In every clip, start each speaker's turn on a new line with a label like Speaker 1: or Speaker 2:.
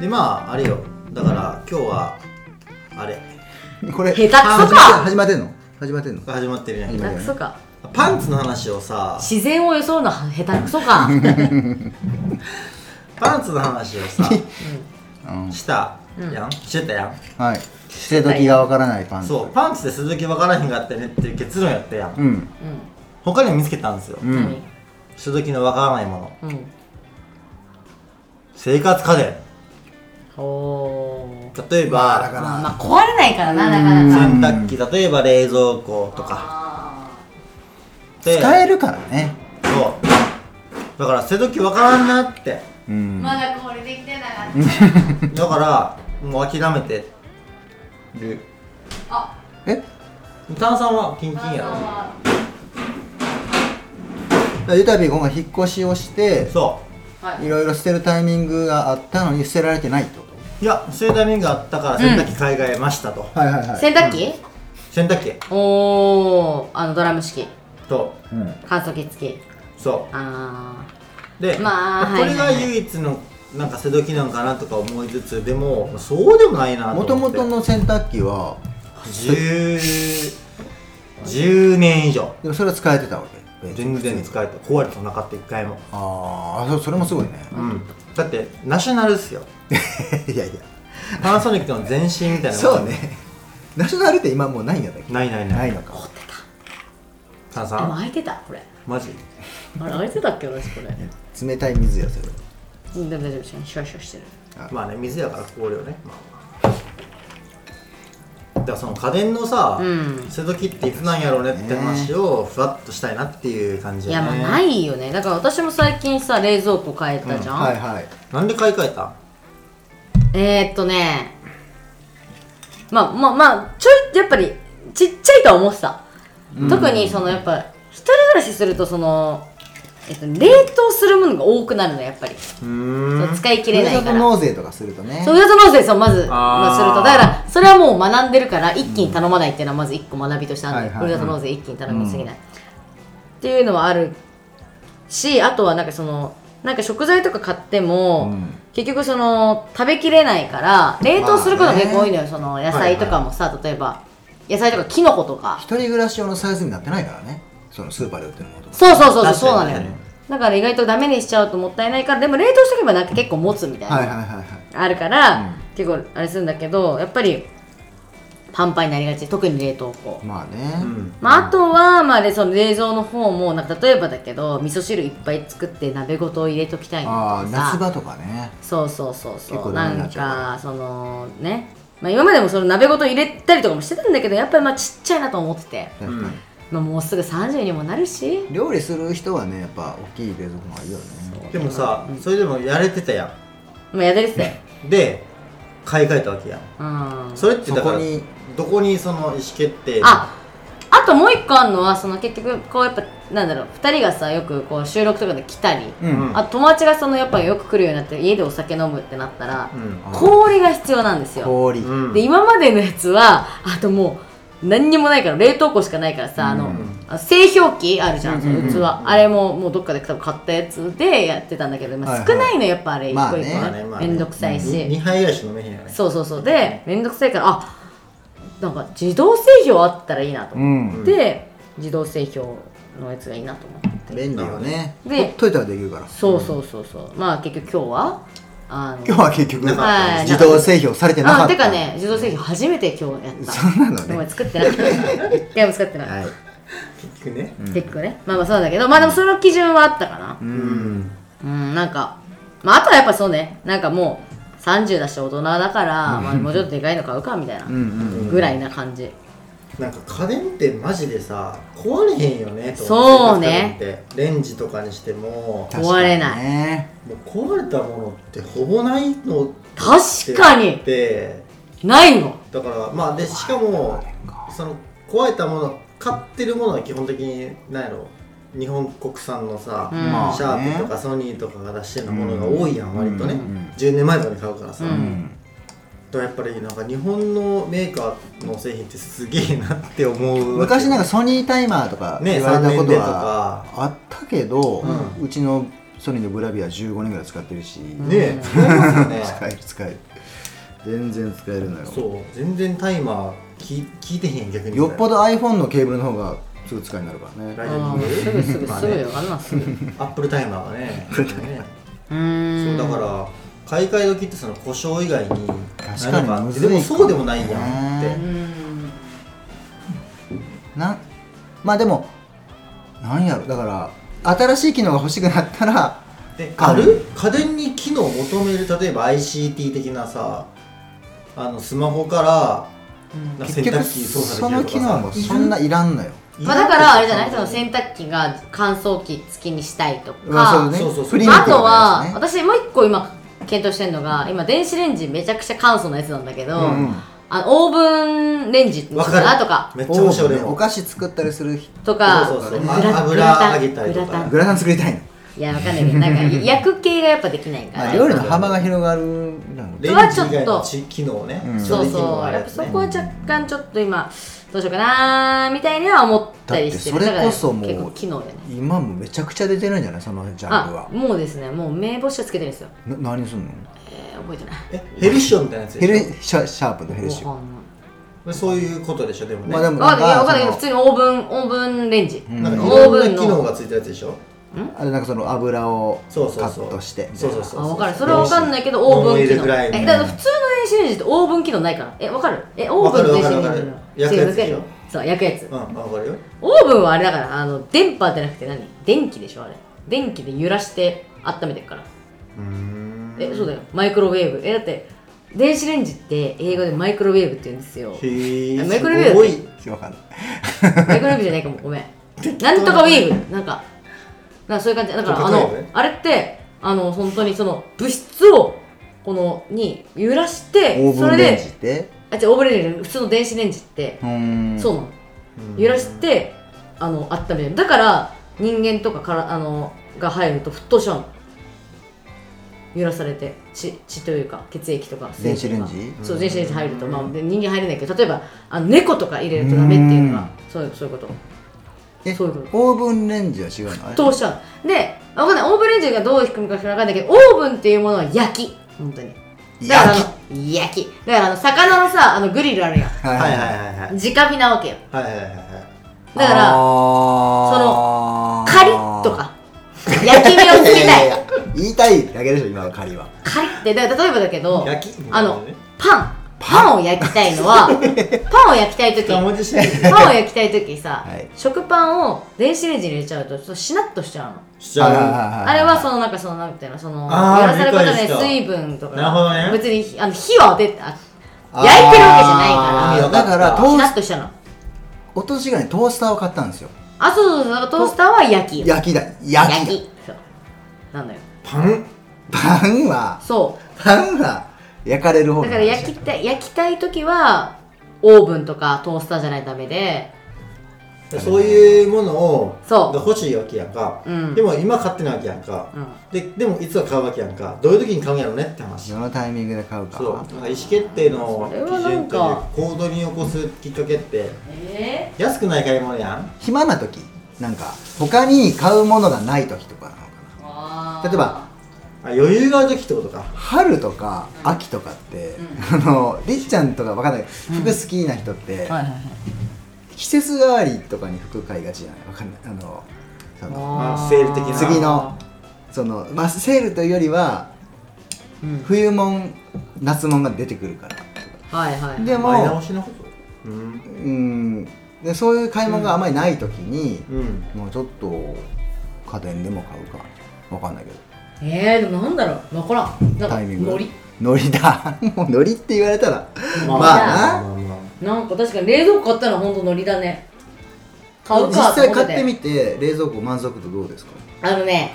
Speaker 1: でまああれよだから今日はあれ
Speaker 2: これ
Speaker 3: 下手くそか
Speaker 2: あ始まってんの始まってんの
Speaker 1: が始まってるね
Speaker 3: 下手くそか
Speaker 1: パンツの話をさ
Speaker 3: 自然を装うのは下手くそか
Speaker 1: パンツの話をさ
Speaker 2: うん
Speaker 1: したやんしてたやん
Speaker 2: はい捨て時がわからないパンツ
Speaker 1: そうパンツで鈴木分からへんかったねっていう結論やったやん
Speaker 2: うん
Speaker 1: 他にも見つけたんですよ
Speaker 2: うん、
Speaker 1: 鈴木の分からないもの
Speaker 3: うんうん
Speaker 1: 生活家電
Speaker 3: おー
Speaker 1: 例え
Speaker 2: まあだか
Speaker 1: ば
Speaker 3: まあまあ壊れないからななかなか
Speaker 1: 洗濯機例えば冷蔵庫とか
Speaker 3: あ
Speaker 1: で
Speaker 2: 使えるからね
Speaker 1: そうだから瀬戸際分からんなって
Speaker 2: う
Speaker 3: ー
Speaker 2: ん
Speaker 3: まだこれできてなかった
Speaker 1: だからもう諦めてる
Speaker 3: あ
Speaker 2: え
Speaker 1: 炭酸はキンキン
Speaker 3: 旦那
Speaker 1: や ろ
Speaker 3: は
Speaker 2: ゆたび今回引っ越しをして
Speaker 1: そ
Speaker 3: はい
Speaker 2: ろいろ捨てるタイミングがあったのに捨てられてないってこ
Speaker 1: ういやそういうタイミングがあったから洗濯機買い替えましたと、
Speaker 2: とはいはいはい
Speaker 3: 洗濯機
Speaker 1: 洗濯機
Speaker 3: おーあのドラム式
Speaker 1: と
Speaker 2: うん
Speaker 3: 乾燥機付き
Speaker 1: そ
Speaker 3: あ
Speaker 1: うで、
Speaker 3: まあ
Speaker 1: これが
Speaker 3: はいはいはい
Speaker 1: 唯一のなんか瀬戸際なんかなとか思いつつでもそうでもないなと
Speaker 2: もと
Speaker 1: 思
Speaker 2: も
Speaker 1: って
Speaker 2: との洗濯機は
Speaker 1: 10, 10年以上
Speaker 2: でもそれは使えてたわけ
Speaker 1: 全然使えて壊れてなかった一回も
Speaker 2: ああそそれもすごいね
Speaker 1: うんだってナショナルっすよ
Speaker 2: いやいや
Speaker 1: パナソニックの前身みたいな
Speaker 2: そうねナショナルって今もうないんだったっけ
Speaker 1: ないないない
Speaker 2: ないのか
Speaker 1: 炭
Speaker 3: ーでも
Speaker 1: 酸
Speaker 3: 開いてたこれ
Speaker 1: マジ
Speaker 3: あれ開いてたっけ私これ
Speaker 2: 冷たい水やそれ
Speaker 3: うんでも大丈夫シュワシュワしてる
Speaker 1: まあね水やから凍るよね、まあ、だからその家電のさ、
Speaker 3: うん
Speaker 1: 瀬戸際っていつなんやろうねって話をふわっとしたいなっていう感じ
Speaker 3: いやまあないいよねだから私も最近さ冷蔵庫変えたじゃん、
Speaker 2: はいはい
Speaker 1: なんで買い替えた
Speaker 3: えー、っとねまあまあまあちょいやっぱりちっちゃいとは思ってた、特にそのやっぱ一人暮らしするとその、えっと、冷凍するものが多くなるのやっぱり、
Speaker 1: う
Speaker 3: そ
Speaker 1: ー
Speaker 3: うん使い切れないか
Speaker 2: ふるさと
Speaker 3: ら
Speaker 2: 納税とかするとね
Speaker 3: そうふるさと納税そうまずまあ、する
Speaker 1: あー
Speaker 3: とだからそれはもう学んでるから一気に頼まないっていうのはまず一個学びとしてあるんで、
Speaker 2: はいはいはい
Speaker 3: ふるさと納税一気に頼みすぎない、っていうのはあるしあとはなんかそのなんか食材とか買っても、
Speaker 2: うん
Speaker 3: 結局その食べきれないから冷凍することが結構多いのよ、その野菜とかもさ、例えば野菜とかキノコとか
Speaker 2: 一人暮らし用のサイズになってないからねそのスーパーで売ってるものとか
Speaker 3: そうそうそうそう
Speaker 1: 確
Speaker 3: そう
Speaker 1: か
Speaker 3: な
Speaker 1: に
Speaker 3: のよ、
Speaker 1: ね
Speaker 3: だから意外とダメにしちゃうともったいないからでも冷凍しとけばなんか結構持つみたいな、
Speaker 2: はいはいはいはい
Speaker 3: あるから、
Speaker 2: うん
Speaker 3: 結構あれするんだけどやっぱりパンパンになりがち特に冷凍庫、
Speaker 2: まあね、
Speaker 1: うん
Speaker 3: まあ、あとは、まあ、でその冷蔵の方もなんか例えばだけど味噌汁いっぱい作って鍋ごと入れときたい
Speaker 2: ああ
Speaker 3: なとかさ
Speaker 2: 夏場とかね
Speaker 3: そうそうそう
Speaker 2: 結
Speaker 3: そ
Speaker 2: 構
Speaker 3: う
Speaker 2: ダメ
Speaker 3: な
Speaker 2: になんっちゃう
Speaker 3: かそのね、まあ、今までもその鍋ごと入れたりとかもしてたんだけどやっぱりまあちっちゃいなと思ってて、
Speaker 2: 確かに、
Speaker 3: まあ、もうすぐ30にもなるし
Speaker 2: 料理する人はねやっぱ大きい冷蔵庫がいいよね
Speaker 1: でもさ、それでもやれてたや
Speaker 3: まあやだですね
Speaker 1: んで買い替えたわけやん
Speaker 3: うん
Speaker 1: それってだから
Speaker 2: そこに
Speaker 1: どこにその意思決定
Speaker 3: ああともう一個あるのはその結局こうやっぱなんだろう2人がさよくこう収録とかで来たり、
Speaker 2: うん
Speaker 3: あと友達がそのやっぱよく来るようになって家でお酒飲むってなったら、
Speaker 1: うん
Speaker 3: 氷が必要なんですよ
Speaker 2: 氷、
Speaker 1: う
Speaker 3: で
Speaker 1: ん
Speaker 3: 今までのやつはあともう何にもないから冷凍庫しかないからさ、あのあの製氷機あるじゃん、その器、あれももうどっかで多分買ったやつでやってたんだけど、ま
Speaker 2: はいはい
Speaker 3: あ、少ないのやっぱあれ一
Speaker 2: まあ
Speaker 3: 個
Speaker 2: ね
Speaker 3: 一個ね,、
Speaker 1: まあねまあね
Speaker 3: めんどくさいし、
Speaker 1: 2杯ぐらいしか飲めへんやね
Speaker 3: そうそうそうでめんどくさいからあなんか自動製氷あったらいいなと
Speaker 2: う
Speaker 3: 思
Speaker 2: ん
Speaker 3: って、自動製氷のやつがいいなと思って
Speaker 2: 便利よね
Speaker 3: で
Speaker 2: ほっといたらできるから
Speaker 3: そうそうそうそうまあ結局今日はあの
Speaker 2: 今日は結局、
Speaker 3: はい
Speaker 2: 自動製氷されてなか
Speaker 3: あ
Speaker 2: った
Speaker 3: てかね自動製氷初めて今日やった
Speaker 2: そうなのね
Speaker 3: ごめん作っ てない一回も作ってない、
Speaker 2: はい
Speaker 1: 結局ね
Speaker 3: 結構ねまあまあそうだけどまあでもその基準はあったかな
Speaker 1: うん
Speaker 3: うん、なんかまああとはやっぱそうねなんかもう30だし大人だから、まあ、もうちょっとでかいの買うかみたいな
Speaker 2: うんうん
Speaker 3: ぐらいな感じ、
Speaker 1: なんか家電ってマジでさ壊れへんよねと思って
Speaker 3: そうね
Speaker 1: 家電ってレンジとかにしても
Speaker 3: 確かにね
Speaker 2: 確かにね
Speaker 1: もう壊れたものってほぼないの
Speaker 3: 確かに
Speaker 1: で
Speaker 3: ないの
Speaker 1: だからまあでしかもその壊れたもの買ってるものは基本的に何やろ日本国産のさ、
Speaker 3: うん
Speaker 2: まあね
Speaker 1: シャープとかソニーとかが出してるものが多いやん、
Speaker 2: うん
Speaker 1: 割とね、
Speaker 2: うん
Speaker 1: 10年前とかに買うからさ、
Speaker 3: う
Speaker 2: うんん
Speaker 1: とやっぱりなんか日本のメーカーの製品ってすげえなって思うわけ
Speaker 2: 昔なんかソニータイマーとか
Speaker 1: ね
Speaker 2: 言われたこと
Speaker 1: 3年でと
Speaker 2: は
Speaker 1: か
Speaker 2: あったけど、うちのソニーのブラビア15年ぐらい使ってるし、
Speaker 1: ねえ使えますよ ね
Speaker 2: 使える使える全然使えるのよ
Speaker 1: そう全然タイマーき聞いてへん逆に
Speaker 2: よっぽど iPhone のケーブルの方がすぐ使いになるから
Speaker 1: 大
Speaker 2: ね
Speaker 1: 丈
Speaker 3: うん
Speaker 1: 夫
Speaker 3: すぐすぐ
Speaker 1: まあ
Speaker 3: すぐ
Speaker 1: ね
Speaker 3: よあんなんすぐう
Speaker 1: アップルタイマーがねねそ
Speaker 3: ー
Speaker 1: うんだから買い替え時ってその故障以外に
Speaker 2: 確か
Speaker 1: 何
Speaker 2: に
Speaker 1: かあっ
Speaker 2: む
Speaker 1: て
Speaker 2: ずい
Speaker 1: でもそうでもないやんっ
Speaker 2: ね
Speaker 1: て
Speaker 3: うーん
Speaker 2: なまあでもなんやろだから新しい機能が欲しくなったら
Speaker 1: で
Speaker 2: あ
Speaker 1: ある家電に機能を求める例えば ICT 的なさあのスマホからなんか
Speaker 2: 結
Speaker 1: 洗濯
Speaker 2: 局
Speaker 1: 機操
Speaker 2: そ
Speaker 1: 作で
Speaker 2: の
Speaker 1: きる
Speaker 2: 機
Speaker 1: とか
Speaker 2: 能
Speaker 1: さ
Speaker 2: もそんないらんのよ
Speaker 3: まあだからあれじゃないその
Speaker 1: 洗
Speaker 3: 洗濯機が乾燥機付きにしたいとか、
Speaker 2: まあそうね
Speaker 1: そうそうそう
Speaker 2: フリー
Speaker 3: ま
Speaker 2: マーケ
Speaker 3: あ、あと
Speaker 2: ットの
Speaker 3: は、
Speaker 2: やつね
Speaker 3: 私もう一個今検討してるのが今電子レンジめちゃくちゃ簡素なやつなんだけど、
Speaker 2: うんうん
Speaker 3: あのオーブンレンジ
Speaker 1: わかる
Speaker 3: なとか
Speaker 1: めっちゃ面白い俺
Speaker 2: お
Speaker 1: も
Speaker 2: 菓子作ったりする
Speaker 3: とか
Speaker 1: そうそうそう
Speaker 3: グ
Speaker 1: あ
Speaker 3: ラ
Speaker 1: 油
Speaker 3: グラタン
Speaker 1: 揚げたりとか
Speaker 3: グラタン
Speaker 2: グラタン作りたいの、
Speaker 3: いやわかんないけどなんか焼く系がやっぱできないか
Speaker 2: ま
Speaker 3: ら、
Speaker 2: あ、料理の幅が広がるなの
Speaker 1: レン
Speaker 2: で
Speaker 1: ジ以
Speaker 3: はちょっと
Speaker 1: 外のち機能ね、
Speaker 2: うん
Speaker 3: そう
Speaker 1: 調理機能
Speaker 3: そ
Speaker 1: が
Speaker 3: う
Speaker 1: ある
Speaker 3: やっ
Speaker 1: や
Speaker 3: ぱ
Speaker 1: つ
Speaker 3: そ
Speaker 1: ね
Speaker 3: こは若干ちょっと今どうしようかなーみたいには思ったりしてる
Speaker 2: だってそれこそもう
Speaker 3: だから結構機能よね
Speaker 2: 今もめちゃくちゃ出てるんじゃないそのジャンル
Speaker 3: あ
Speaker 2: は
Speaker 3: もうですねもう名簿しかつけてるんですよ
Speaker 2: な何すんの
Speaker 3: えー、覚えてない
Speaker 1: えヘルシオみたいなやつで
Speaker 2: ヘ
Speaker 1: しょ
Speaker 2: ルシャシャープのヘルシ
Speaker 3: わ
Speaker 2: オ
Speaker 3: かんない
Speaker 1: そういうことでしょでもね、
Speaker 2: まあでも
Speaker 3: わかんないいやわかんないけど普
Speaker 2: その
Speaker 3: 通にオーブンオーブンレンジ、
Speaker 2: うん
Speaker 1: なんかい
Speaker 3: オー
Speaker 1: ろ
Speaker 3: ブン
Speaker 1: んな機能
Speaker 3: の
Speaker 1: がついたやつでしょ
Speaker 2: あれなんかその油をカ
Speaker 1: そうそうそう
Speaker 2: ットして
Speaker 1: そうそうそう
Speaker 3: あ分かるそれは分かんないけどオ
Speaker 1: ノン
Speaker 3: ーブン機
Speaker 1: オイル
Speaker 3: 能
Speaker 1: ぐらいの
Speaker 3: えだから普通の電子レンジってオーブン機能ないからえ分かるえオー
Speaker 1: わ
Speaker 3: ブ
Speaker 1: か
Speaker 3: ン
Speaker 1: る
Speaker 3: と電
Speaker 1: わ
Speaker 3: 子
Speaker 1: かる
Speaker 3: レン
Speaker 1: わ
Speaker 3: ジ
Speaker 1: かる
Speaker 3: の
Speaker 1: 焼くやつでしょ
Speaker 3: 違うそう焼くやつ
Speaker 1: うんわかるよ
Speaker 3: オーブンはあれだからあの電波じゃなくて何電気でしょあれ電気で揺らして温めてるから
Speaker 1: うん
Speaker 3: えそうだよマイクロウェーブえだって電子レンジって英語でマイクロウェーブって言うんですよ
Speaker 1: へえ
Speaker 3: マイクロウェーブ
Speaker 1: すごい
Speaker 2: わかんない
Speaker 3: マイクロウェーブじゃないかもごめんなんとかウェーブなんかなんかそういう感じだからあ
Speaker 1: ちょっと
Speaker 3: の
Speaker 1: 例えばね
Speaker 3: あれってあの本当にその物質をこのに揺らして
Speaker 2: オー
Speaker 3: そ
Speaker 2: ブ
Speaker 3: れ
Speaker 2: ンレンジっ
Speaker 3: で
Speaker 2: て
Speaker 3: あ違うオーブンレンジじゃない普通の電子レンジって
Speaker 2: うーん
Speaker 3: そう
Speaker 2: う
Speaker 3: なの揺らしてあの温めるだから人間とかからあのが入ると沸騰しちゃうの揺らされて血血というか血液とか水
Speaker 2: 電
Speaker 3: 液
Speaker 2: 子
Speaker 3: と
Speaker 2: レ
Speaker 3: か
Speaker 2: ンジ
Speaker 3: そう電子レンジ入ると、まあ、で人間入れないけど例えばあの猫とか入れるとダメっていうのはそういうそういうこと
Speaker 2: え
Speaker 3: そういうこと
Speaker 2: オーブンレンジは違うのあ
Speaker 3: 沸
Speaker 2: れ
Speaker 3: 騰しちゃうでわかんないオーブンレンジがどう引くのか知らないけどオーブンっていうものは焼き本当にだから
Speaker 2: 焼
Speaker 3: あの焼きだからあの魚のさあのグリルあるやん
Speaker 2: はい
Speaker 1: はいはい
Speaker 2: はい
Speaker 1: はいはい
Speaker 3: 直火なわけよ
Speaker 1: はいはいはいはい
Speaker 3: だからそ
Speaker 2: の
Speaker 3: カリッとか焼き目をつけたい
Speaker 2: 言いたいだけでしょ今のカリは
Speaker 3: カリってだから例えばだけど
Speaker 1: 焼き
Speaker 3: あのパンパンを焼きたいのはパンを焼きたい時
Speaker 1: 二
Speaker 3: パンを
Speaker 1: 文字してる
Speaker 3: 焼きたい時さ、
Speaker 2: はい
Speaker 3: 食パンを電子レンジに入れちゃうとちょっとしなっとしちゃうの
Speaker 1: しちゃう
Speaker 3: あれはそ
Speaker 2: の
Speaker 3: のなんかそのなんていうのその
Speaker 1: あー
Speaker 3: やらされること
Speaker 1: 理解
Speaker 3: で
Speaker 1: した
Speaker 3: 水分とか
Speaker 1: なるほどね
Speaker 3: 別にひあの火は出た焼いてるわけじゃないから
Speaker 1: 意味わか
Speaker 2: だ
Speaker 1: った
Speaker 2: からト
Speaker 3: しな
Speaker 2: ー
Speaker 3: っ
Speaker 2: ス
Speaker 3: としたの
Speaker 2: 落としがねトースターを買ったんですよ
Speaker 3: あそうそうそうだからトースターは焼きよ
Speaker 2: 焼きだ焼きだ
Speaker 3: そうなんだよ
Speaker 1: パン
Speaker 2: パンは
Speaker 3: そ
Speaker 2: パンは焼かれる
Speaker 3: う
Speaker 2: 方
Speaker 3: だから焼きたい焼きたい時はオーブンとかトースターじゃないとダメで
Speaker 1: そういうものを
Speaker 3: そう
Speaker 1: が欲しいわけやんか
Speaker 3: うん
Speaker 1: でも今買ってないわけやんか
Speaker 3: うん
Speaker 1: ででもいつは買うわけやんかどういう時に買うんやろうねって話
Speaker 2: どのタイミングで買うか
Speaker 1: そうなんか意思決定の
Speaker 3: それは
Speaker 1: 基
Speaker 3: なん
Speaker 1: 準という
Speaker 3: か
Speaker 1: 行動に起こすきっかけって
Speaker 3: えー
Speaker 1: 安くない買い物やん
Speaker 2: 暇な時なんか他に買うものがない時とかなのか
Speaker 3: あー
Speaker 2: な例えば
Speaker 1: あ余裕がある時ってことか
Speaker 2: 春とか秋とかって、あのりっちゃんとかわかんない服好きな人って、
Speaker 3: はいはいはい
Speaker 2: 季節代わりとかに服買いがちじゃないわかんないあのその
Speaker 1: あーセール的な
Speaker 2: 次のその、まあ、セールというよりは
Speaker 3: うん
Speaker 2: 冬もん夏もんが出てくるから
Speaker 3: はいはい
Speaker 2: で
Speaker 1: 前
Speaker 2: も
Speaker 1: 倒しのことうん
Speaker 2: うんでそういう買い物があまりない時に、
Speaker 1: うん
Speaker 2: もうちょっと家電でも買うかわかんないけど
Speaker 3: えー、でもなんだろう分からんなんか
Speaker 2: タイミング
Speaker 3: ノリ
Speaker 2: ノリだ もうノリって言われたらまあな
Speaker 1: まあまあ
Speaker 3: なんか確かに冷蔵庫買ったのほんとノリだね買う
Speaker 2: 実
Speaker 3: かと
Speaker 2: 際
Speaker 3: 思
Speaker 2: 買って
Speaker 3: て
Speaker 2: みて冷蔵庫満足度どうですか
Speaker 3: あ のね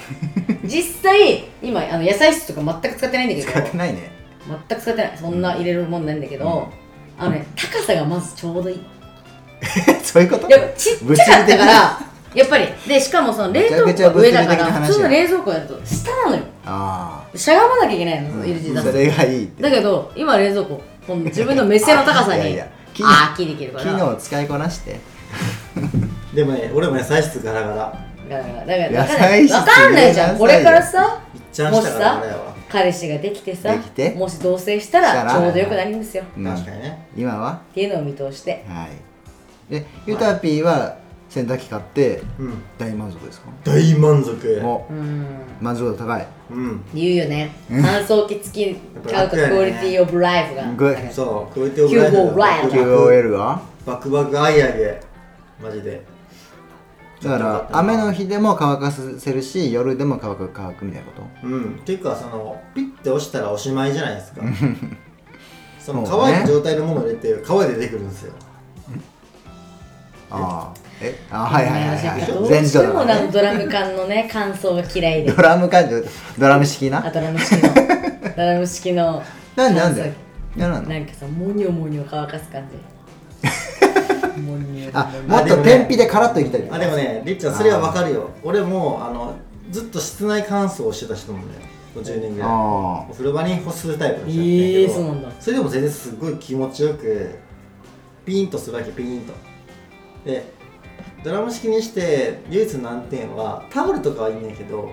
Speaker 3: 実際今あの野菜室とか全く使ってないんだけど
Speaker 2: 使ってないね
Speaker 3: 全く使ってないそんな入れるもんないんだけど、あのね高さがまずちょうどいい
Speaker 2: そういうこと
Speaker 3: でもちっちゃかったからやっぱりでしかもその冷
Speaker 2: めち
Speaker 3: 凍
Speaker 2: ゃ
Speaker 3: 庫
Speaker 2: くちゃ
Speaker 3: が上だか
Speaker 2: 物理的な
Speaker 3: ら
Speaker 2: 話
Speaker 3: 普通の冷蔵庫やると下なのよ
Speaker 2: あ
Speaker 3: しゃがまなきゃいけないの、
Speaker 2: あ
Speaker 3: 入れてた
Speaker 2: それがいいって
Speaker 3: だけど今冷蔵庫この自分の目線の高さ
Speaker 2: いやい
Speaker 3: に
Speaker 2: や機能
Speaker 3: ああー木できるか
Speaker 2: 機
Speaker 3: ら
Speaker 2: 能を使いこなして
Speaker 1: でもね俺も野菜室ガラガラ
Speaker 3: だからだから
Speaker 2: 野
Speaker 3: わかんな
Speaker 2: 菜
Speaker 3: い
Speaker 2: 室
Speaker 3: わかんないじゃん
Speaker 2: 入
Speaker 3: こ
Speaker 2: れなさいよ
Speaker 3: れからさ
Speaker 1: いっちゃんしたから
Speaker 3: もう
Speaker 1: 俺らは
Speaker 3: 彼氏ができてさ
Speaker 2: できて
Speaker 3: もし同棲した
Speaker 2: した
Speaker 3: ら
Speaker 2: ら
Speaker 3: ちょうどよくなりますよっ
Speaker 2: うん
Speaker 1: 確かにね
Speaker 2: 今は
Speaker 3: ていうのを見通して
Speaker 2: はいでゆたぴーは洗濯機買って
Speaker 1: うん
Speaker 2: 大満足ですか
Speaker 1: 大満足
Speaker 2: お
Speaker 3: うん
Speaker 2: 満足度高い
Speaker 1: うん
Speaker 3: 言うよね
Speaker 2: うん
Speaker 3: 乾燥機付き買うと
Speaker 1: やっぱ楽やね
Speaker 3: クオリティオブライフが
Speaker 2: グッ
Speaker 3: だから
Speaker 1: そうクオリティオブ
Speaker 3: キューブ
Speaker 1: ラ
Speaker 3: ライ
Speaker 1: イ
Speaker 3: ブ
Speaker 1: フバク
Speaker 2: QOL は
Speaker 1: バクバクアイアイでマジで
Speaker 2: だから雨の日でも乾かせるし夜でも乾く乾くみたいなこと
Speaker 1: うんっていうかそのピッて押したらおしまいじゃない ですかその
Speaker 2: そうね
Speaker 1: 乾いた状態のものを入れて乾いて出てくるんですよ
Speaker 2: ああえあはいはいはいは
Speaker 3: ど
Speaker 2: いう
Speaker 3: して
Speaker 2: だ
Speaker 3: も
Speaker 2: か
Speaker 3: な
Speaker 2: ら
Speaker 3: ん
Speaker 2: ね
Speaker 3: かドラム缶のね乾燥が嫌いで
Speaker 2: ドラム感情ドラム式
Speaker 3: あ
Speaker 2: な
Speaker 3: ドラム式のドラム式の
Speaker 2: なんでなんで
Speaker 3: 乾
Speaker 2: 嫌
Speaker 3: 燥
Speaker 2: な
Speaker 3: 機
Speaker 2: の
Speaker 3: なんかさモニョモニョ乾かす感じモニョ
Speaker 2: あ
Speaker 3: モニョ
Speaker 2: もっと天日でカラッといきたい
Speaker 1: あでもねりっちゃんそれはわかるよ俺もあのずっと室内乾燥をしてた人もね50年ぐらい
Speaker 2: あ
Speaker 1: お風呂場に干すタイプの人だったんやけど、
Speaker 3: ええそうなんだ
Speaker 1: それでも全然すごい気持ちよくピーンとするだけピーンとでドラム式にして唯一の難点はタオルとかはいいんだけど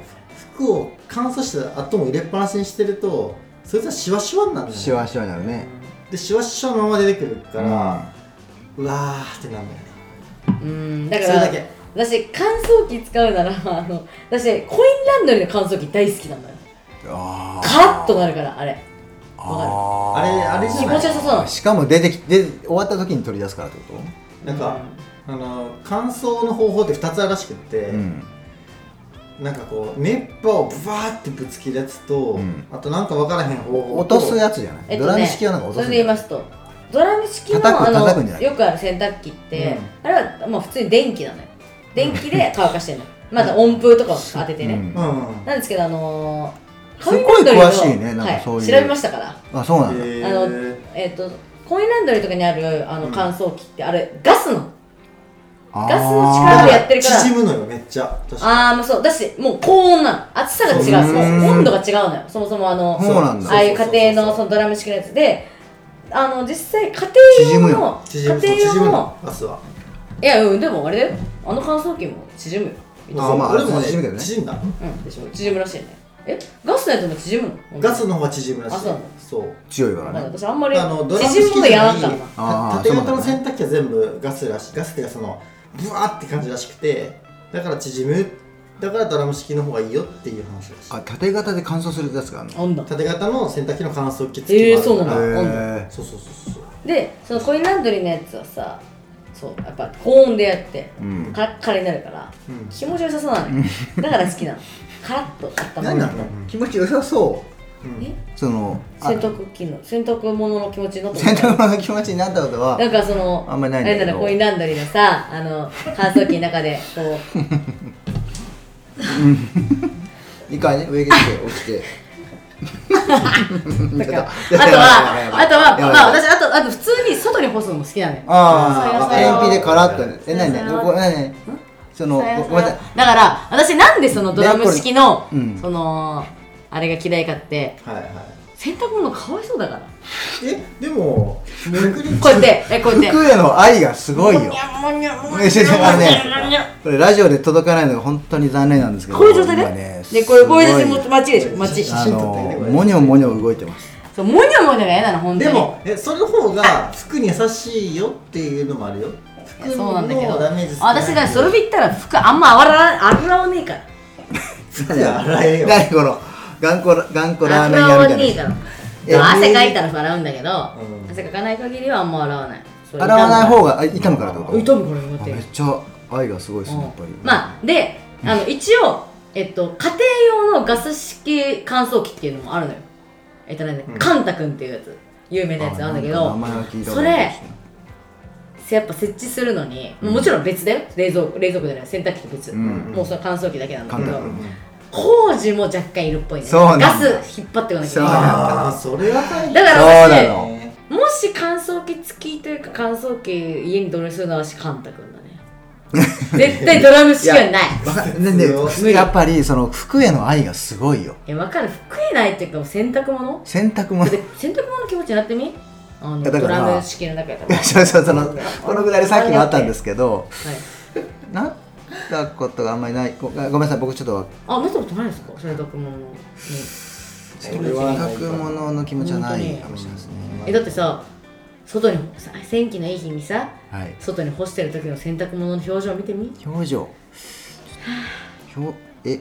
Speaker 1: 服を乾燥した後も入れっぱなしにしてるとそいつはシワシワになる
Speaker 2: あ
Speaker 1: のよ
Speaker 2: シワシワになるね
Speaker 1: でシワシワのまま出てくるか
Speaker 2: う
Speaker 1: ら、
Speaker 2: ん
Speaker 1: うわーってなるのよね
Speaker 3: うんだか
Speaker 1: それ
Speaker 3: ら
Speaker 1: だけ
Speaker 3: 私乾燥機使うならあの私コインランドリーの乾燥機大好きなんだよ
Speaker 2: あ
Speaker 3: カラッとなるからあれ
Speaker 2: あ
Speaker 1: あれあれじ
Speaker 3: 気
Speaker 1: ゃな
Speaker 3: 持ちよ
Speaker 1: い
Speaker 3: さそうなの
Speaker 2: しかも出てきて終わった時に取り出すからってこ
Speaker 1: なんか、あの乾燥の方法って2つあるらしくって、
Speaker 2: とうん
Speaker 1: なんかこう熱波をブワーってぶつけるやつと、
Speaker 2: うん
Speaker 1: あとなんか分からへん方法
Speaker 2: 落とすやつじゃないドラム式はなんか落
Speaker 3: そ
Speaker 2: と
Speaker 3: れ
Speaker 2: す
Speaker 3: で言いますとドラム式の
Speaker 2: 叩く
Speaker 3: あの
Speaker 2: 叩くんじゃない
Speaker 3: よくある洗濯機って、
Speaker 1: う
Speaker 3: あれはまあ普通に電気なのよ電 気で乾かしてるのよまだ温風とかを当ててね、
Speaker 2: うん
Speaker 1: うんうん
Speaker 3: なんですけどあのー、
Speaker 2: すごい
Speaker 3: コインランドリーの
Speaker 2: 詳しいねなんかそういう
Speaker 3: はい、調べましたから
Speaker 2: あそうなんだ
Speaker 1: へ
Speaker 3: あのえっ、とコインランドリーとかにあるあの
Speaker 1: うん
Speaker 3: 乾燥機ってあれガスの
Speaker 2: あー
Speaker 3: ガスの力でやってるから
Speaker 1: 縮むのよめっちゃ確か
Speaker 3: あーまあそうだしもう高温なの暑さが違う
Speaker 2: そううん
Speaker 3: そう温度が違うのよそもそもあの
Speaker 2: そうなんだ
Speaker 3: ああいう家庭のそ
Speaker 1: そうそうそう
Speaker 3: のドラム式のやつであの実際家
Speaker 2: 縮む
Speaker 3: 庭用
Speaker 2: よ
Speaker 3: の
Speaker 1: 縮む
Speaker 3: 家庭
Speaker 1: 縮
Speaker 3: 用
Speaker 1: む
Speaker 3: の
Speaker 1: のガスはい
Speaker 3: やうんでもあれだよあの乾燥機も縮むよ
Speaker 2: あーまあ
Speaker 1: 俺もね
Speaker 2: 縮むけどね
Speaker 1: 縮んだ
Speaker 3: うんでしょ縮むらしいねえガスのやつも縮むの
Speaker 1: ガスの方が縮むらしい
Speaker 3: あそうなの
Speaker 1: そう
Speaker 2: 強いか
Speaker 3: ま
Speaker 2: ら
Speaker 3: あ
Speaker 2: ね
Speaker 3: 私あんまり
Speaker 1: あのドラム
Speaker 3: 縮む
Speaker 1: 式
Speaker 3: の
Speaker 1: じ
Speaker 3: や
Speaker 1: ゃ
Speaker 3: ら
Speaker 1: なんい
Speaker 3: からな
Speaker 2: あー
Speaker 1: た縦型の
Speaker 2: そうなん
Speaker 1: 洗濯機は全部ガスらしいガスっていうかそのブワーって感じらしくてだから縮むだからドラム式の方がいいよっていう話らしい
Speaker 2: あ縦型で乾燥するやつがあるの
Speaker 3: あんだ
Speaker 1: 縦型の洗濯機の乾燥機付
Speaker 3: えー
Speaker 1: きもあるから
Speaker 3: そうなの
Speaker 2: へ
Speaker 1: そうそうそうそう
Speaker 3: でそのコインランドリーのやつはさそうやっぱ高温でやって
Speaker 2: えうん
Speaker 3: カラッカラになるから
Speaker 1: うん
Speaker 3: 気持ちよさそうなのよだから好きなのカラッと温ま
Speaker 2: 何
Speaker 3: る
Speaker 2: なの気持ちよさそう
Speaker 1: うん
Speaker 3: え
Speaker 2: そのあ
Speaker 3: 洗濯機の洗濯物の気持ちになった
Speaker 2: 洗濯物の気持ちになったことは
Speaker 3: なんかその
Speaker 2: あんまりないんだけど
Speaker 3: あれろコインランドリーのさあの乾燥機の中で こう
Speaker 2: 一回ね上着着て起きて
Speaker 3: だからあ
Speaker 2: ちょ
Speaker 3: と
Speaker 2: っと
Speaker 3: はあと
Speaker 2: や
Speaker 3: は
Speaker 2: ばいやばいやばい
Speaker 3: まあ私あとあと普通に外に干すのも好きなのよ
Speaker 2: ああ
Speaker 3: そうよそうよ
Speaker 2: 天日でカラッとねえ
Speaker 3: そうよ
Speaker 2: 何
Speaker 3: そうよ
Speaker 2: 何これ何何その
Speaker 3: そ
Speaker 2: ご
Speaker 3: うや
Speaker 2: ごめんなさい
Speaker 3: だから私なんでそのドラム式の、
Speaker 2: ねこれうん
Speaker 3: そのあれが嫌いかって
Speaker 1: はいはい
Speaker 3: 洗濯物かわいそうだから
Speaker 1: えで も逆に
Speaker 3: こうやってえこうやって
Speaker 2: 服への愛がすごいよね先生あのねこれラジオで届かないのが本当に残念なんですけど
Speaker 3: こういう状態
Speaker 2: 今
Speaker 3: ねでこれこういう状態で街でしょ街
Speaker 1: すごい写
Speaker 2: あ
Speaker 1: 真撮って
Speaker 2: の
Speaker 1: みてくれ
Speaker 2: モニョモニョ動いてます
Speaker 3: そうモニョモニョが嫌なの本当
Speaker 1: で
Speaker 3: に
Speaker 1: もえその方が服に優しいよっていうのもあるよ服
Speaker 3: そうなんだけど
Speaker 1: のダメージ少ない
Speaker 3: 私だからそれで言ったら服あんま洗わ洗わねえから
Speaker 1: 服洗えよ
Speaker 2: 何この頑固ラ頑固ラーメン
Speaker 3: 洗
Speaker 2: 屋
Speaker 3: わ
Speaker 2: みた
Speaker 3: ね
Speaker 2: い
Speaker 3: え
Speaker 2: な
Speaker 3: から
Speaker 2: え
Speaker 3: 汗かいたら洗うんだけ
Speaker 1: う
Speaker 3: ど、
Speaker 1: ん
Speaker 3: 汗かかない限りはあんま洗わないそう
Speaker 2: 洗わない方があ痛むからってこと
Speaker 3: 痛むから痛むから
Speaker 2: あ
Speaker 3: 待っ
Speaker 2: め
Speaker 3: て
Speaker 2: っちゃ愛がすごいですねやっぱり
Speaker 3: まあであの一応、えっと、家庭用のガス式乾燥機っていうのもあるのよえっとね、
Speaker 1: うん
Speaker 3: カンタ君っていうやつ有名なやつなんだけど
Speaker 2: あなんか名前は聞いたこと
Speaker 3: そ
Speaker 2: ないで
Speaker 3: れ
Speaker 2: すね
Speaker 3: やっぱ設置するのに、もちろん別だよ冷蔵庫冷蔵庫じゃない洗濯機と別、
Speaker 2: うん
Speaker 3: もうその乾燥機だけなんだけ
Speaker 2: 簡
Speaker 3: ど
Speaker 2: 単
Speaker 3: 工事も若干いるっぽいね
Speaker 2: そうなんだ
Speaker 3: ガス引っ張ってこなきゃいけないか
Speaker 1: ああそれは大
Speaker 3: ら
Speaker 1: 変
Speaker 3: だから
Speaker 2: そう
Speaker 3: 私
Speaker 2: なの
Speaker 3: もし乾燥機付きというか乾燥機家に導入するのは私カンタ君 だね絶対ドラム式はないい
Speaker 2: わかねね
Speaker 1: 強
Speaker 3: い
Speaker 2: やっぱりその服への愛がすごいよ
Speaker 3: や分かる服えないっていうか洗 濯物
Speaker 2: 洗濯 物
Speaker 3: だって洗濯物の気持ちになってみあの
Speaker 2: いやだ
Speaker 3: ド
Speaker 2: から
Speaker 3: ラ ム式の中やったら、はい
Speaker 2: そうそうそのこのぐらいでさっきもあったんですけどなったことがあんまりないごごめんなさい僕ちょっと
Speaker 3: あなったことないですかそれ学問の、ね、
Speaker 1: 俺はない
Speaker 2: 学物の気持ちはないかもしれないですね
Speaker 3: えだってさ外にさ天気のいい日にさ
Speaker 2: はい
Speaker 3: 外に干してる時の洗濯物の表情見てみ
Speaker 2: 表情表え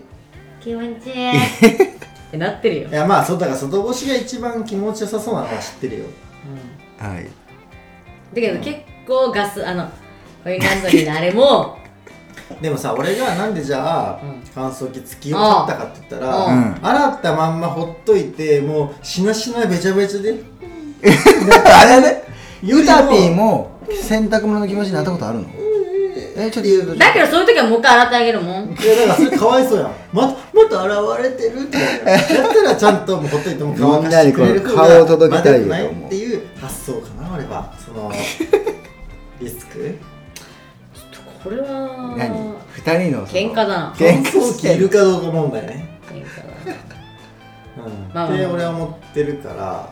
Speaker 3: 気持ち いいってなってるよ
Speaker 1: い、やまあそうだから外干しが一番気持ちよさそうなのは知ってるよ
Speaker 3: うん
Speaker 2: はい
Speaker 3: だけど結構ガスあのコインランドリーのあれも
Speaker 1: でもさ俺がなんでじゃあ
Speaker 3: うん
Speaker 1: 乾燥機付きを買ったかって言ったら、
Speaker 3: うん
Speaker 1: 洗ったまんまほっといてもうしなしなべちゃべちゃで
Speaker 2: あれね
Speaker 1: よりも
Speaker 2: ユタピーも洗濯物の気持ちになったことあるのえちょっと言う
Speaker 3: だけどそういう時はもう一回洗ってあげるもん
Speaker 1: いやだからそれかわいそうやんままた現れてるってやったらちゃんともうほっといても乾かしてくれる方
Speaker 2: みんなにこう顔を
Speaker 1: が
Speaker 2: 届けたいよ
Speaker 1: まだないっていう発想かな俺はそのリスク
Speaker 3: ちょっとこれは
Speaker 2: 何二人のその
Speaker 3: 喧嘩だな
Speaker 2: 喧
Speaker 1: 乾
Speaker 2: 嘩
Speaker 1: 燥
Speaker 2: し
Speaker 1: 機
Speaker 2: て
Speaker 1: いるかどうか問題ね、
Speaker 3: 喧嘩だな
Speaker 1: うん
Speaker 3: まあまあまあ
Speaker 1: って俺は思ってるから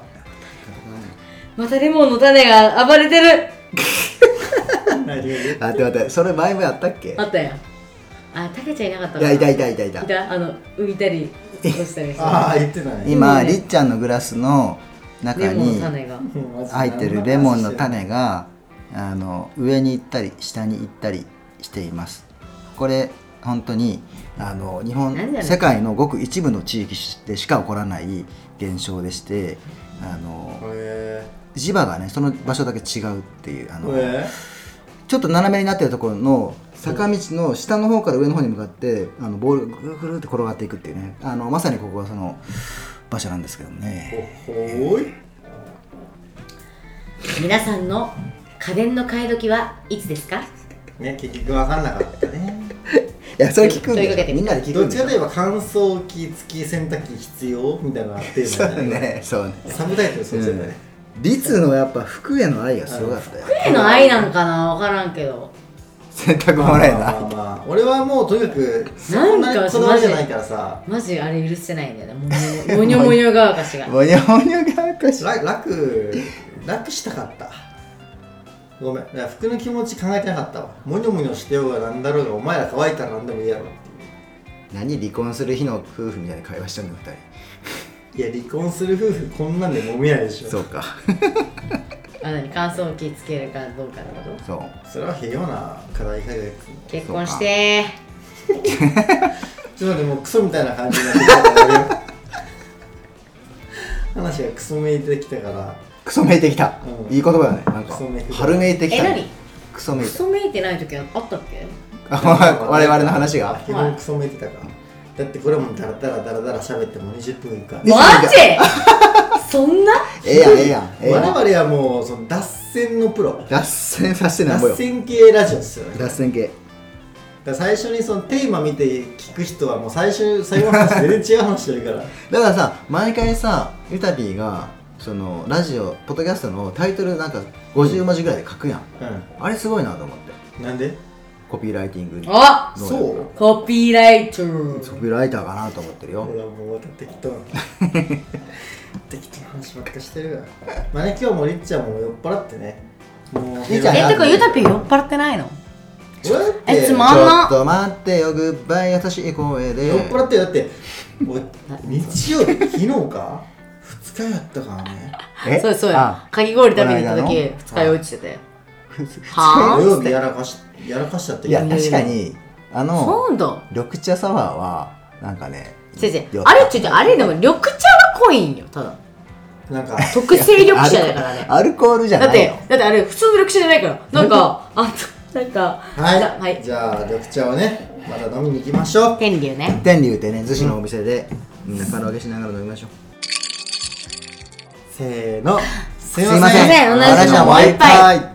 Speaker 3: またレモンの種が暴れてる
Speaker 1: 何が言う
Speaker 2: あ待って待ってそれ前もやったっけ
Speaker 3: あったやんあたけちゃんいなかった
Speaker 2: いやいたいたいたいた
Speaker 3: いたあの浮いたり落ちた りして
Speaker 1: ああ言ってない
Speaker 2: 今
Speaker 3: ね
Speaker 2: りっちゃんのグラスの中
Speaker 3: レモン
Speaker 2: に
Speaker 3: の種が
Speaker 2: 入ってるレモンの種があの上に行ったり下に行ったりしていますこれ本当にあの日本
Speaker 3: なんで
Speaker 2: 世界のごく一部の地域でしか起こらない現象でしてあの
Speaker 1: へ
Speaker 2: 磁場がねその場所だけ違うっていうあ
Speaker 1: え
Speaker 2: の
Speaker 1: へ
Speaker 2: ちょっと斜めになってるところの坂道の下の方から上の方に向かってあのボールがぐるぐるって転がっていくっていうねあのまさにここはその場所なんですけどね
Speaker 1: えほほーい
Speaker 3: 皆さんの家電の買い時はいつですか
Speaker 1: ね結局分かんなかったね
Speaker 2: いやそれ聞くん
Speaker 3: そういうこと
Speaker 2: で
Speaker 3: や
Speaker 2: みんなで聞く
Speaker 1: どっ
Speaker 2: んで
Speaker 1: ち
Speaker 2: し
Speaker 1: か
Speaker 2: ょ
Speaker 1: といえば乾燥機付き洗濯機必要みたいなテー
Speaker 2: そ
Speaker 1: マ
Speaker 2: う
Speaker 1: だね
Speaker 2: ねそうね
Speaker 1: サブタイトルそうじゃない、
Speaker 2: リツのやっぱ服への愛がすごかったよ
Speaker 3: 彼の愛なんかな分からんけど
Speaker 2: 洗濯
Speaker 1: まあ
Speaker 2: 物
Speaker 1: ま
Speaker 2: へ
Speaker 1: あ
Speaker 2: の
Speaker 1: まあ
Speaker 2: 愛
Speaker 1: まあ俺はもうとにかくそんなにこだわりじゃないからさ
Speaker 3: マジあれ許せないんだよねもうもにょもにょがわか しが
Speaker 2: もにゃもにゃがおかしい
Speaker 1: ら楽楽したかったごめんだから服の気持ち考えてなかったわもにょもにょしてようがなんだろうがお前ら乾いたらなんでもいいやろって
Speaker 2: 何離婚する日の夫婦みたいな会話してんの二
Speaker 1: いういや離婚する夫婦こんなんで揉み合いでし
Speaker 2: 人
Speaker 1: ょ
Speaker 2: そうか
Speaker 3: あ何乾燥機つけるかどうかってこと
Speaker 2: そう
Speaker 1: それは平和な課題解決
Speaker 3: 結婚して
Speaker 1: ちょっと待ってもうクソみたいな感じになってきたから 俺は話がクソめいてきたから
Speaker 2: クソめいてきた、
Speaker 1: うん
Speaker 2: いい言葉だねなん
Speaker 1: ク
Speaker 2: か
Speaker 1: ソめいてきた
Speaker 2: 春めいてき
Speaker 3: え
Speaker 2: た
Speaker 3: 何
Speaker 2: クソめ
Speaker 3: ク
Speaker 2: いて
Speaker 3: ソめいてない時あったっけ
Speaker 2: あ 我々の話が
Speaker 1: 基本クソめいてたからだってこれもダラダラダラダラ喋っても20分いくから
Speaker 2: いや
Speaker 3: マジ そんな
Speaker 2: ええやんええやんええやん
Speaker 1: 我々はもうその脱線のプロ
Speaker 2: 脱線させてなんぼ
Speaker 1: 脱
Speaker 2: よ
Speaker 1: 線系ラジオですよねだ
Speaker 2: 脱線系
Speaker 1: から最初にそのテーマ見て聞く人はもう最初最後の話全然違う話してるから
Speaker 2: だからさ毎回さゆたぴーがそのラジオポッドキャストのタイトルなんか50文字ぐらいで書くやんあれすごいなと思って
Speaker 1: うんなんで
Speaker 2: コピーライティングに
Speaker 3: あ
Speaker 2: どう
Speaker 1: そ
Speaker 2: や
Speaker 1: う
Speaker 3: コピーライト
Speaker 2: コピーライターかなと思ってるよ
Speaker 1: ほらもうまた適当な 適当な話ばっかしてるからまあね今日もりっちゃんも酔っ払ってねもう
Speaker 2: りっちゃん
Speaker 3: え、
Speaker 2: や
Speaker 3: てかゆたぴー酔っ払ってないの
Speaker 1: 俺だっ
Speaker 3: え
Speaker 1: て
Speaker 3: つま
Speaker 2: ち
Speaker 3: あん
Speaker 2: ょ
Speaker 3: な
Speaker 2: っと待ってよグッバイ優しい声で
Speaker 1: 酔っ払ってだっておい日曜日昨日か2日やったからね
Speaker 2: え
Speaker 3: そうそうや
Speaker 2: あ
Speaker 3: かき氷食べに行った
Speaker 2: こ
Speaker 3: 時
Speaker 2: の間の
Speaker 3: 二日酔いしてたよ
Speaker 1: 土
Speaker 3: は
Speaker 1: 曜日やらかしやらかしちゃった
Speaker 2: いや
Speaker 1: けど
Speaker 2: 確かにあ
Speaker 3: あ
Speaker 2: の
Speaker 3: そうだ
Speaker 2: 緑茶サワーはなんかね
Speaker 3: 先生
Speaker 2: 酔っ
Speaker 3: あれちょっとあれでも緑茶は濃いんよただ
Speaker 1: なんか
Speaker 3: 特製緑茶 だからね
Speaker 2: アルコールじゃ
Speaker 3: だっ
Speaker 2: ない
Speaker 3: て
Speaker 2: よ
Speaker 3: だってあれ普通の緑茶じゃないからなんかあとなんか
Speaker 1: はい、
Speaker 3: なはい
Speaker 1: じゃあ緑茶をねまた飲みに行きましょう
Speaker 3: 天竜ね
Speaker 2: 天竜ってね逗子のお店でみんなカラオケしながら飲みましょう
Speaker 1: せーのすい
Speaker 2: すいません
Speaker 3: すいません同じの
Speaker 2: 私はもう一杯
Speaker 3: もう一杯